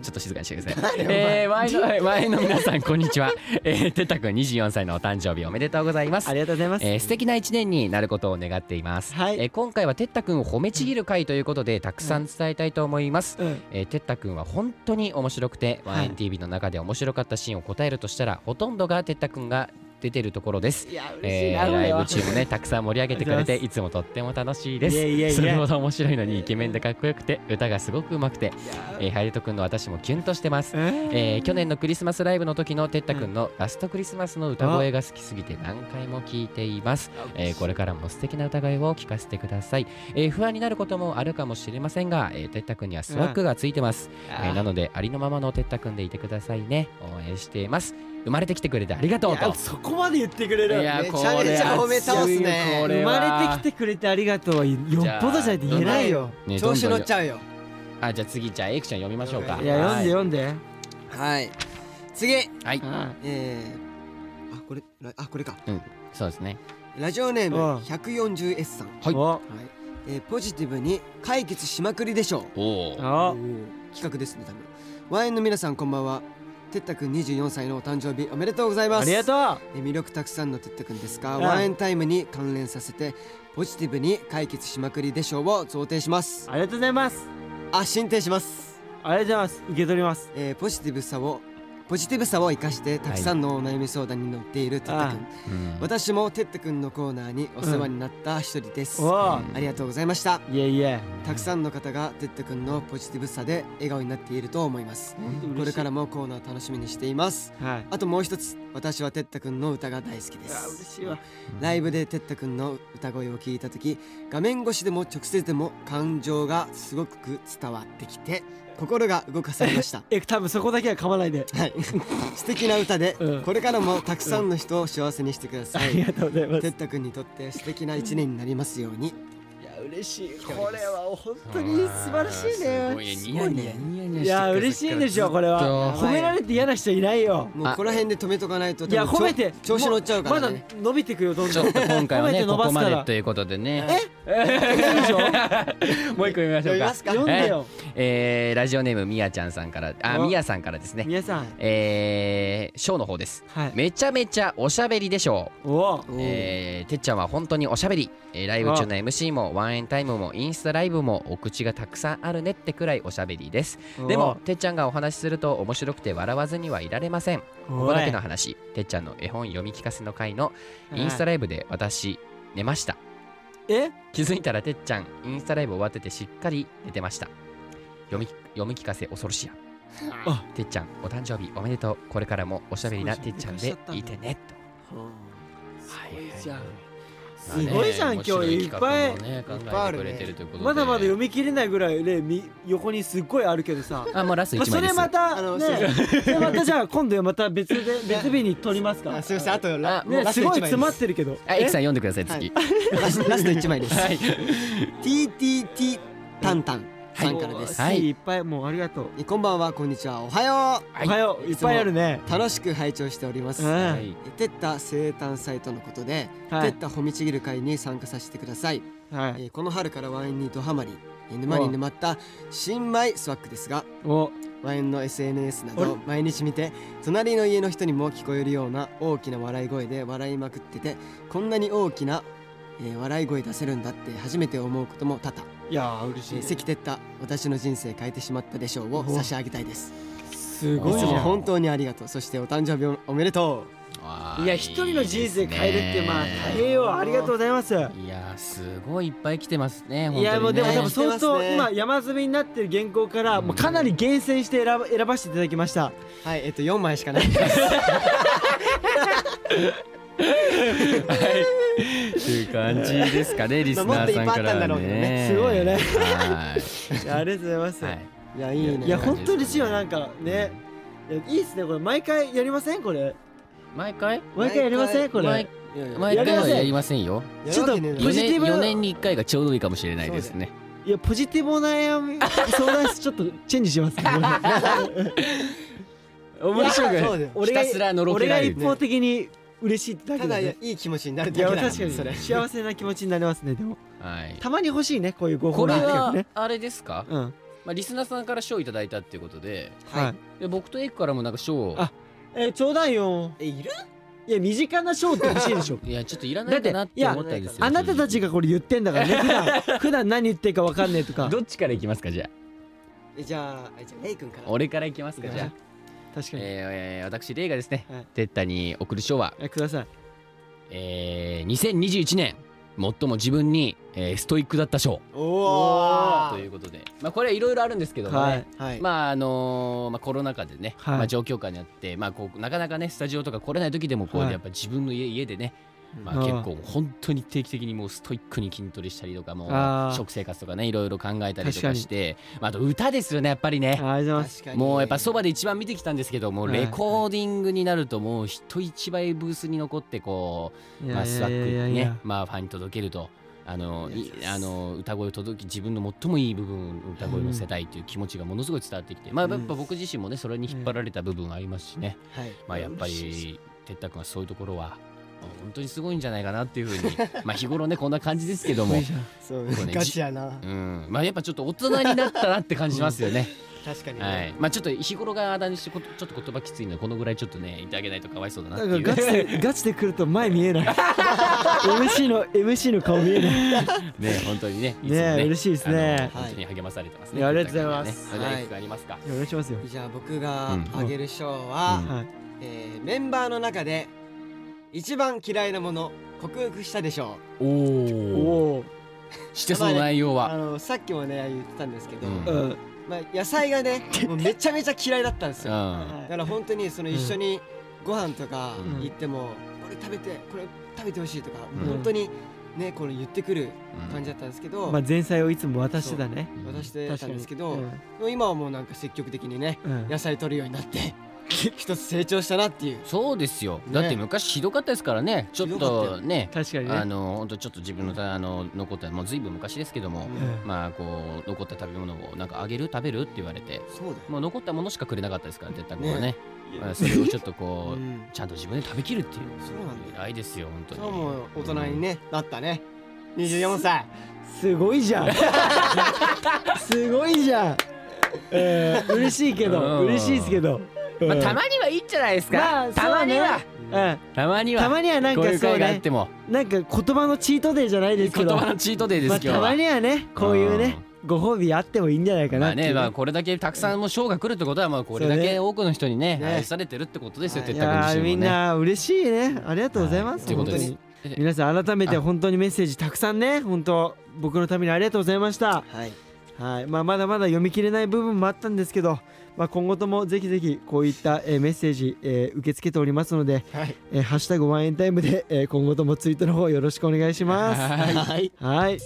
C: ちょっと静かにしてください。えー、ワイのはいワイの皆さんこんにちは。えー、てったくん24歳のお誕生日おめでとうございます
A: あ。りがとうございます、
C: えー素敵な一年になることを願っています、
A: はい
C: えー今回はてったくんを褒めちぎる会ということでたくさん伝えたいと思います、
A: うん
C: えーてったくんは本当に面白くて、
A: はい
C: 1NTV の中で面白かったシーンを答えるとしたらほとんどがてったくんが出てるところです
A: いや
C: えー、ライブ中
A: ム
C: もねたくさん盛り上げてくれて
A: あり
C: いつもとっても楽しいです
A: いえいえいえ
C: それほど面白いのにイケメンでかっこよくて歌がすごくうまくて、えー、ハイレト君の私もキュンとしてますえー去年のクリスマスライブの時のてったくんのラストクリスマスの歌声が好きすぎて何回も聞いています、えーこれからも素敵な歌声を聞かせてください、えー不安になることもあるかもしれませんが、えー、てったくんにはスワッグがついてます、えーなのでありのままのてったくんでいてくださいね応援しています生まれてきてくれてありがとうと
A: そこまで言ってくれる
B: めちゃめちゃ褒め倒すね
A: 生まれてきてくれてありがとうはよっぽどじゃないと言えないよ
C: きて、ね、
B: 調子乗っち
C: ゃ
B: ゃうよ
C: あじゃあ次じゃあエイクちゃん読みましょうか
A: いや
B: はい
A: 読んで読んで
B: はい次
C: はい、
A: あ
B: えー、あこれラあこれか
C: うん、そうですね
B: ラジオネーム
A: うん
B: 140S さん、は
C: はい
A: お
B: いえー、ポジティブに解決しまくりでしょう
C: おお
A: あ
B: 企画ですね多分ワインの皆さんこんばんはてったくん24歳のお誕生日おめでとうございます
A: ありが
B: う
A: と
B: 魅力たくさんのてったくんですが
A: うん
B: ワインタイムに関連させてポジティブに解決しまくりでしょうを贈呈します
A: うありがとうございます
B: あ進呈します、
A: ありがとうございます受け取ります
B: えー、ポジティブさをポジティブさを生かしてたくさんのお悩み相談に乗っているてったくん、
A: うん
C: うん
B: 私もてったくんのコーナーにお世話になった一人です、
A: お
B: ありがとうございました
A: いえいえ
B: たくさんの方がてったくんのポジティブさで笑顔になっていると思いますこれからもコーナー楽しみにしています
A: はい
B: あともう一つ私はてったくんの歌が大好きで
A: あ
B: す
A: 嬉しいわ
B: ライブでてったくんの歌声を聞いた時画面越しでも直接でも感情がすごく伝わってきて 心が動かされ ました
A: え多分そこだけは噛まないで
B: はい 素敵な歌で、
A: うん
B: これからもたくさんの人を幸せにしてくださ
A: あり
B: い
A: がとうございます
B: てったくんにとって素敵な一年になりますように
A: いや嬉しいこれは本当に素晴らしい
C: すごい
A: ね
C: ねニヤニヤニヤニヤして
A: いや嬉しいでしょこれは
B: ずっと
A: 褒められて嫌な人いないよ
B: もうこの辺で止めとかないと
A: いや
B: 多分
A: 褒めて
B: 調調子乗っちゃうか
A: ま
B: ら
A: だ
B: ね、
A: 伸びてくよどん
C: ち
A: どん
C: ょっと今回は
A: 褒め
C: ね
A: て伸
C: こ
A: ば
C: こ
A: すか
C: ま
A: ら
C: でということで ね
A: 嘘でしょ
C: もう一個読みましょう
B: 読み
C: か
B: ますか
A: 読んでよ
C: えーラジオネームみやちゃんさんからあ
A: お
C: みやさんからですね
A: 皆さん
C: えーショーの方です
A: はい
C: めちゃめちゃおしゃべりでしょう
A: おお
B: おう
C: えーてっちゃんは本当におしゃべり、えーライブ中の MC もワンエンタイムもインスタライブもお口がたくさんあるねってくらいおしゃべりですでもてっちゃんがお話しすると面白くて笑わずにはいられませんここだけの話てっちゃんの絵本読み聞かせの回のインスタ
A: ラ
C: ライブで私寝ました
A: え
C: 気づいたらてっちゃんインスタライブ終わっててしっかり寝てました読み読み聞かせ恐ろしいや
A: あ
C: てっちゃんお誕生日おめでとうこれからもおしゃべりな
A: す
C: て
A: ごい
C: っちゃん
A: しゃ
C: で
A: べり方し
C: い
A: ちゃった
C: て
A: んだ
C: ねと
A: すごいじゃん
C: は
A: すごいじゃん今日いっぱい
C: 面白い企画もね
B: いっぱいあるね
C: 考えてくれてるということで
A: まだまだ読み切れないぐらいねみ横にすっごいあるけどさ
C: あもうラスト
A: まあ
C: 1
A: そ
C: 枚で
A: れ
C: す
A: ま
B: あ
A: た
B: の
A: ねそれまたじゃあ今度はまた別で別日に撮りますから
B: あすいませんあとラ
C: あ
B: もう
A: ね
B: ラス
A: す
B: ト
A: ごい
B: 一枚です
A: 詰まってるけど
C: あいくさん読んでください
B: はい
C: 次
B: ラスラスト1枚です。
C: はい
B: TTT タンタンさんからです。
A: は
C: はいい
A: いっぱいもうありがとう
B: こんばんは、こんにちは、おはよ
A: おはよういっぱいあるね
B: う。楽しく拝聴しております。
A: うん
C: はい
B: テッタ生誕祭とのことで、
A: は
B: テ
A: い
B: ッタ褒めちぎる会に参加させてください。
A: はい
B: えーこの春からワインにドハマり、えー沼に沼った新米スワックですが、
A: お
B: ワインの SNS な
A: あ
B: ど毎日見て隣の家の人にも聞こえるような大きな笑い声で笑いまくっててこんなに大きなえー笑い声出せるんだって初めて思うことも多々、
A: いやー嬉
B: え
A: し
B: ー、
A: い
B: 関哲太私の人生変えてしまったでしょうを差し上げたいです
A: す
B: い
A: ごい
B: つ
A: じ
B: も
A: ゃん
B: 本当にありがとうそしてお誕生日おめでと
C: わあ
A: いや一人の人生変えるってまあ
C: いいです
A: 大
C: ね
A: 変よありがとうございます
C: いやすごいいっぱい来てますね
A: いやもう
C: 本
A: で
C: 当
A: も
C: にね
A: 多分相当
B: ね
A: 今山積みになってる原稿からもうかなり厳選して選ば選ばせていただきました
B: うはいえっと4枚しかないです
C: っていう感じですかねリスナーさんから
B: もっといっぱいあったんだろう
C: は
B: けどね
C: ね
A: すごいよね
C: はい
A: やありがとうございます、、
C: い、はいい、
B: いやいいね
A: や本当に嬉しいよなんかねいやいいっすねこれ毎回やりませんこれ
C: 毎回
A: 毎回やりませんこれ
C: 毎
B: いやいや
C: 毎
A: やり
C: 回
A: ま
C: は
A: せん
C: やりませんよ
B: や
A: ちょ
B: る
A: っ
B: わ
A: と
B: けねえだろ
A: ポ
C: 4
A: ジティ
C: 年
A: ブ
C: 四年に1回がちょうどいいかもしれないですね
A: いやポジティブお悩み相談室ちょっとチェンジします 面白
B: いやそ
A: く
B: うだよ
A: 俺が
C: ひたすらのろけ
A: 俺
C: ら
A: が
C: れる
A: 一方的に嬉しいってだけ
B: た
A: だ
B: だ
A: ね
B: いい気持ちになる
A: い
B: だけ
A: や
B: だ
A: 確
B: か
A: か
B: ら
A: に
B: それ
A: 幸せな気持ちになりますねでも
C: はい
A: たまに欲しいねこういうご
C: こ
A: 褒
C: れ
A: 美企画
C: は
A: ね
C: あれですか、
A: うん
C: まあ、リスナーさんから賞いただいたっていうことで
A: はい
C: で僕とエイクからもなんか賞を
A: あえちょうだいよ
B: えいる
A: いや身近な賞って欲 しいでしょ
C: いやちょっといらないかなって思ったんですよ
A: あなたたちがこれ言ってんだからね普 段普段何言ってるか分かんねえとか
C: どっちからいきますかじゃあ
B: えじゃあえじゃあレイ君から
C: 俺からいきますかじゃあ、
A: 確かに
C: えーえー私レイがですね、
A: はい
C: テッタに送る賞は、
A: えください
C: えー、2021年最も自分に、えーストイックだった賞
B: お
C: と
B: お
C: いうことで、まあ、これはいろいろあるんですけどもね、
A: はい
B: はい
C: まああのーまあ、コロナ禍でね、
A: はい
C: まあ、状況下にあって、まあ、こうなかなかねスタジオとか来れない時でもこう、
A: はい
C: やっぱ自分の家家でね、まあ、
A: うん
C: 結構本当に定期的にもうストイックに筋トレしたりとかも
A: あ
C: う
A: ー
C: 食生活とかねいろいろ考えたりと
A: 確か
C: か
A: に
C: して、まあ、あと歌ですよねやっぱり
A: あ
C: ね。
A: ありがとうございます
B: 確かに
C: もうやっぱそばで一番見てきたんですけどもう
A: はい
C: レコーディングになるともう人一倍ブースに残ってこう、まあ、スワックにねまあファンに届けるとあのい
B: いやそうです
C: あの歌声を届き自分の最もいい部分を歌声の世代という気持ちがものすごい伝わってきて、まあ
B: うん
C: やっぱ僕自身もねそれに引っ張られた部分ありますしね、
B: はい
C: まあやっぱり哲太君はそういうところは本当にすごいんじゃないかなっていうふうにまあ日頃ねこんな感じですけども
A: いい。じゃん
B: そう
C: これね
B: ガチやな
C: うん、まあやっぱちょっと大人になったなって感じますよね。
B: 確かにね
C: はい、まあちょっと日頃があだにしてことちょっと言葉きついのでこのぐらいちょっとね言ってあげないとかわいそうだなって
A: ないん
C: う
A: かガチでガチで来ると前見えない MC の MC の顔見えない
C: ね本当にねいつも
A: ね嬉しいですね
C: あの本当に励まされてますね、
A: いやありがとうございます
C: ね
B: はい
C: 何かありますか
A: お願いしますよ
B: じゃあ僕が
C: うん
B: あげる賞は、
C: うん
A: はい
B: えーメンバーの中で一番嫌いなもの克服したでしょ
C: お
A: お
C: お
A: お
C: してその内容
B: う
C: は
B: あのさっきもね言ってたんですけど、
C: うん
A: ーうん
B: まあ、野菜がねもうめちゃめちゃ嫌いだったんです
C: う
B: よ
C: ん
B: だから本当にその一緒にご飯とか
C: うん
B: 行っても、これ食べてこれ食べてほしいとか、
C: うん
B: 本当にねこの言ってくる
C: うん
B: 感じだったんですけど、
A: まあ前菜をいつも渡してたね
B: 渡して
A: 確
B: た
A: か
B: ん
A: に
B: ですけど、
A: うん
B: もう今はもうなんか積極的にね
A: うん
B: 野菜取るようになって 一つ成長したなっていう
C: そうですよ
B: ね
C: だって昔ひどかったですからねちょっ
B: ひどかった
C: と
B: よ
C: ね
A: 確かに
C: あ
A: ね
C: の本当ちょっと自分のたあの残ったもう随分昔ですけども、
A: うん
C: まあこう残った食べ物をなんかあげる食べるって言われて
B: そうだよ、
C: もう残ったものしかくれなかったですから哲太君はね
B: ね
C: まあ、それをちょっと
B: う
C: こう、
B: ん、
C: ちゃんと自分で食べきるっていう
B: そうなんだよ
C: 偉いですよ本当
B: そ
C: に
B: れはもう大人に、ね、なったね24歳
A: すごいじ ゃんすごいじゃんえー嬉しいけ
C: う
A: ど
C: ん
A: 嬉しいですけど
C: うんまあ、
A: うん
C: たまにはいいんじゃないですか、
A: まあ
C: たまには、
A: うん
C: たまには
A: たまにはなん
C: こうい
A: か
C: う
A: そう
C: 会があっ
A: ね
C: ても
A: なんか言葉のチートデーじゃないですけ
C: 言
A: ど
C: 葉のチートデーで
A: ますあ
C: 今
A: た
C: 日
A: ま
C: は、
A: にはねこういうねご褒美あってもいいんじゃないか
C: ま
A: な
C: あ
A: ってい
C: ね
A: う
C: ま
A: ね
C: あこれだけたくさんもう賞が来るってことはまあこれだ
A: そう
C: け
A: ね
C: 多くの人にね
B: ね
C: 愛されてるってことですよ
B: はい
C: 哲
A: い
C: 太君
A: や
C: 自
A: ーみ
C: 身
A: ん
C: もね
A: な嬉しいねありがとうございま
C: は
A: す
C: ということ
A: 本
C: で
A: 当
C: す
A: に皆さん改めて
C: あ
A: 本当にメッセージたくさんね本当僕のためにありがとうございました
B: はい
A: はいまあまだまだ読み切れない部分もあったんですけどまあ今後ともぜひぜひこういったえーメッセージえー受け付けておりますので
B: はい
A: えーハッシュタグワンエンタイムでえー今後ともツイートの方よろしくお願いします
B: はい
A: はい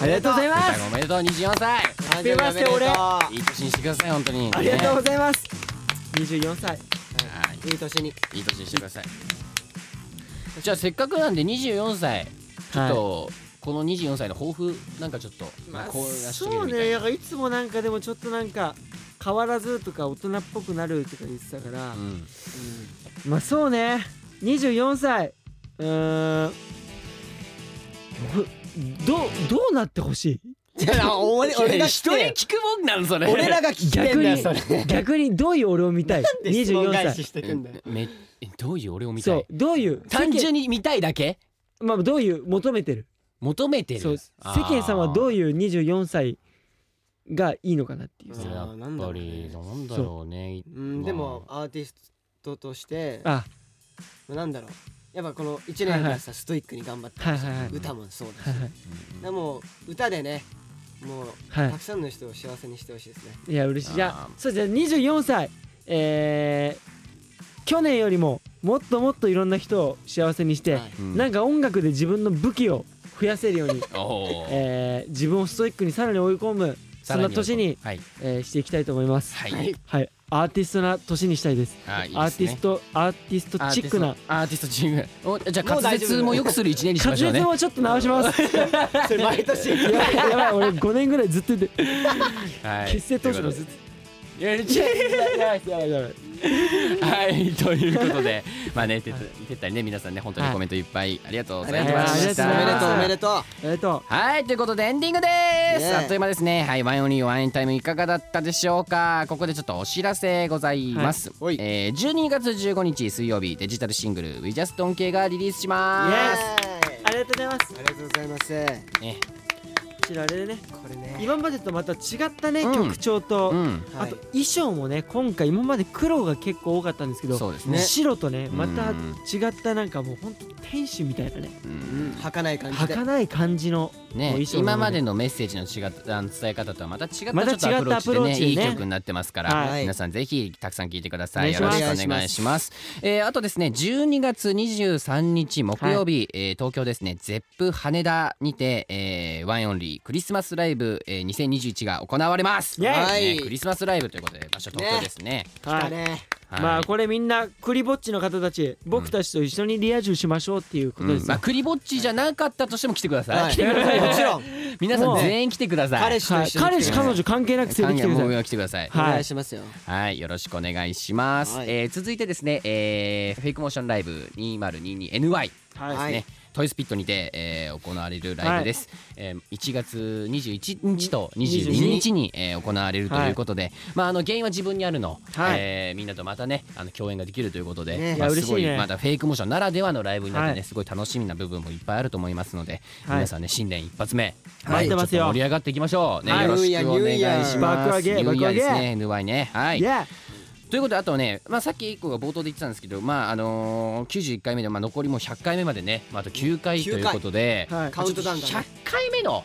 A: ありがとうございま
C: 哲太
A: す
C: 君おめでとう24歳
B: 誕
A: 出まして俺
B: 生日おめでとう
C: いい年にしてください本当に、ね、
A: ありがとうございます24歳
C: はい
B: いい年に
C: いい年にしてくださいじゃあせっかくなんで24歳ちょっと、この24歳の抱負なんかちょっと、まあ、こうやしとけ
A: そ
C: る
A: う
C: みた
A: ね
C: いな
A: だからいつもなんかでもちょっとなんか変わらずとか大人っぽくなるとか言ってたから、
C: うん
A: まあそうね24歳うーん僕どうどうなってほ し
B: じゃあ俺俺
C: いや
B: が来
C: 人に
B: て
C: 聞くもんなんそれ
B: 俺らが
A: い
B: 聞てん
A: 逆
B: だよ
A: に
B: それ
A: 逆にどういう俺を見たい
B: で質問
A: 24
B: 返し
A: 歳
B: してくんだよ
C: めどういう俺を見た
A: そう
C: い
A: どういう
C: 単純に見たいだけ
A: まあどういう求めてる
C: 求めてる
A: そう世間さんはどう
C: いう
A: いう24歳がいいのかなっていう
B: う
A: さ
B: ん
C: やっぱりなんだろうね
B: うんでもアーティストとして
A: あ
B: なんだろうやっぱこの1年間さストイックに頑張ってるし
A: はいはいはい
B: 歌もそうだ
A: はい
B: し
A: はい
B: でも歌でねもう
A: はい
B: たくさんの人を幸せにしてほしいですね
A: いや嬉しいじゃあ
C: あー
A: そうじゃあ24歳えー去年よりももっともっといろんな人を幸せにして、
B: はい
A: なんか音楽で自分の武器を増やせるよ うに、
C: おおー
A: えー自分をストイックにさらに追い込むそんな年に、
C: はい
A: えーしていきたいと思います
C: はい
B: はい
A: はいアーティストな年にしたいです
C: あいいですね
A: アーティストアーティストチックな
C: アーティストチックおじゃあ
B: もう
C: 滑
B: 大丈夫
C: 舌も良くする一年にしま
A: 滑
C: しょ うね
A: 舌をちょっと直します
B: それ毎年
A: やばいやばい俺5年ぐらいずっと言 って
C: はい
A: 結成当初のずっと
C: やるちゃ
A: やばいやばいやばい
C: はいということでまあねててったりね皆さんね本当にコメントいっぱいありがとうございまし た
A: ありがとうございました
B: おめでとうおめでとう
A: えっと
C: はいということでエンディングで
B: イ
C: す、
B: エーイ
C: あっという間ですねはいワインオンリーワインタイムいかがだったでしょうかここでちょっとお知らせございます、
B: はいほい
C: えー、12月15日水曜日デジタルシングル「WeJustDon'tCare」がリリースし
A: イエー
C: ま
B: イエーイ
A: ありがとうございます
B: ありがとうございます
C: すね
A: こちらあれでね
B: これね
A: 今までとまた違ったね、
C: うん
A: 曲調と、
C: うん
A: あと衣装もね今回今まで黒が結構多かったんですけど
C: そうですね
A: 白とねまた
C: うん
A: 違ったなんかもう本当天使みたいなね
C: うん
B: はかない感じで
A: 儚い感じのもう
C: ね
A: 衣、装の
C: 今までのメッセージの違ったあの伝え方とはまた違ったちょっ
A: また
C: とアプ
A: 違った
C: ローチでね
A: アプローチでね
C: いい曲になってますから、
A: はい
C: 皆さんぜひたくさん聴いてください
A: お
C: よ
A: 願
C: ろ
A: い
C: し
A: し
C: く
A: ます
C: お願いしますえーあとですね12月23日木曜日、えー東京ですねゼップ羽田にて、えーワンオンリークリスマスライブ、えー2021が行われます
A: イエーイ
C: はい
B: はい
C: クリスマスライブということで場所東京ですね
B: 来
A: は
B: た
A: い、
B: ね
C: はい
A: まあこれみんなクリぼっちの方たち僕たちと一緒にリア充しましょうっていうことで
C: うん
A: す
C: ま
A: よ、
C: あ、クリぼっちじゃなかったとしても来てください、
B: はい
C: 来てください
B: もちろん
C: 皆さ
A: も
C: ん
A: う
C: 全員来てください
B: 彼氏と
A: は
B: 一
A: い、
B: 緒に
A: 彼氏彼女関係なく連れてきてくだ
C: も
A: さいう
C: 来てください
B: お
A: はい
B: 願いしますよ
C: はい、よろしくお願いします。
B: はい
C: えー続いてですね、えーフェイクモーションライブ 2022NY
A: はい、
B: は
C: です
B: い
C: ね、トイスピットにて、えー行われるライブです。えー1月21日と22日に、えー行われるということで、まああの原因は自分にあるの、
A: はい
C: えーみんなとまたね、あの共演ができるということで、
B: ね
C: まあ
A: いや
C: すごい
A: 嬉しいね
C: またフェイクモーションならではのライブになってね、
A: はい
C: すごい楽しみな部分もいっぱいあると思いますので、
A: はい
C: 皆さんね新年一発目、
A: はい
C: ちょっと盛り上がっていきましょう。ね、
A: はい
C: よろしくお願いします。
A: ニューイヤーニューイヤー爆上げ
C: ニューイヤーです
A: 爆
C: ね、NY ね、はい。
A: Yeah
C: ということであとね、まあ、さっき一個が冒頭で言ってたんですけど、まああのー、91回目で、まあ、残りもう100回目までね、まあ、あと9回と
B: 9
C: い
B: 回
C: うことで、
A: はい
B: カウントダウンだね
C: 100回目の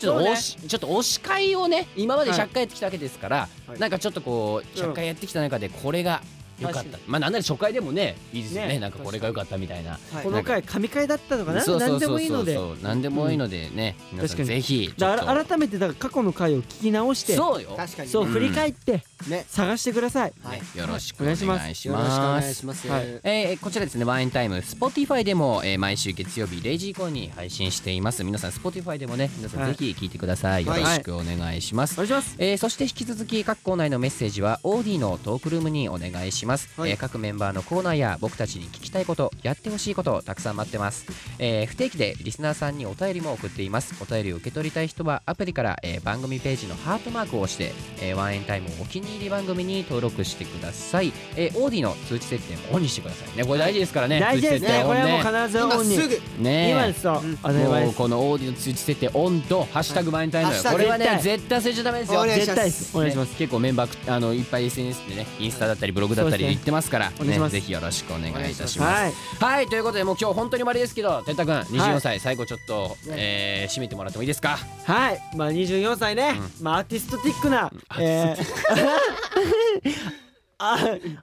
C: ちょっと推し、ちょっと推し会をね今まで100回やってきたわけですから、
B: はい
C: なんかちょっとこう100回やってきた中でこれが良かっ
A: 確
C: た
A: か
C: まあなんなら初回でもねいいですよね
A: ね
C: なんかこれが良かったみたいな。
B: はい
A: この回神回だったとかな
C: そうそ
A: 何
C: う
A: で
C: そ
A: も
C: う
A: いい
C: そ
A: の
C: う
A: で
C: そうなんでもいいのでね、皆さ
A: 確か
C: ん
A: に
C: ぜひちょっ
A: だ
C: と
A: から改めてだから過去の回を聞き直して
C: そうよ
B: 確かに
A: そう
C: うん
A: 振り返って
B: ね
A: 探してください、
B: はい
C: よろしくお
A: お
C: 願
A: 願
C: い
A: い
C: し
A: し
C: ま
A: ますす
B: よろしくお願いします
A: はい
C: えーこちらですねワインタイム Spotify でも、えー毎週月曜日0時以降に配信しています皆さん Spotify でもね皆さん
A: は
C: ぜ
A: い
C: ひ聞いてください、
B: はい
C: よろしくお願いします、
A: お願いします
C: えーそして引き続き各コーナーへのメッセージはオーディのトークルームにお願いします、
B: はい
C: えー各メンバーのコーナーや僕たちに聞きたいことやってほしいことをたくさん待ってます、えー不定期でリスナーさんにお便りも送っていますお便りを受け取りたい人はアプリから、えー番組ページのハートマークを押して、えーワンエンタイムお気に入り番組に登録してください、えーオーディの通知設定もオンにしてくださいねこれ大事ですからね、
A: 大事です
C: 通知設
A: ね
C: 定
A: これはも
C: オンね
A: う必ず
B: 今
A: オンに
B: すぐ
C: ねえ
A: 今ですと、
B: うん
A: あの
C: もうこのオーディの通知設定オンと「ハッシュタグマインタイム
B: ハッシュ」タ
C: こ
B: グ
C: れはね
A: 絶
C: 絶対忘れちゃダメですよ
B: お願いします
A: 絶対ですお願いします、
C: ね結構メンバーくあのいっぱい SNS でねインスタだったりブログだったり
A: そうですね
C: 言ってますから、
A: お願いし
C: ね、
A: ます
C: ぜひよろしくお願いいたします。
A: はい
C: はい、ということでもう今日本当に終わりですけど哲太君24歳、最後ちょっと、えー締めてもらってもいいですか
A: はいまあ24歳ね、まあアーティストティックな、えー、 あ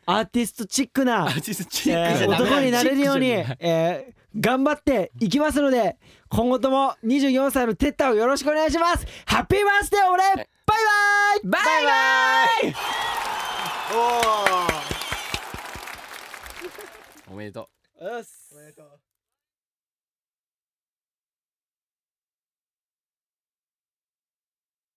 A: アーティストチックな、えー男になれるように、 えー頑張っていきますので今後とも24歳のテッタをよろしくお願いしますハッピーバースデー俺バイバイ
C: バイバイ
B: おー
C: おめでとう
A: うっす
B: おめでとう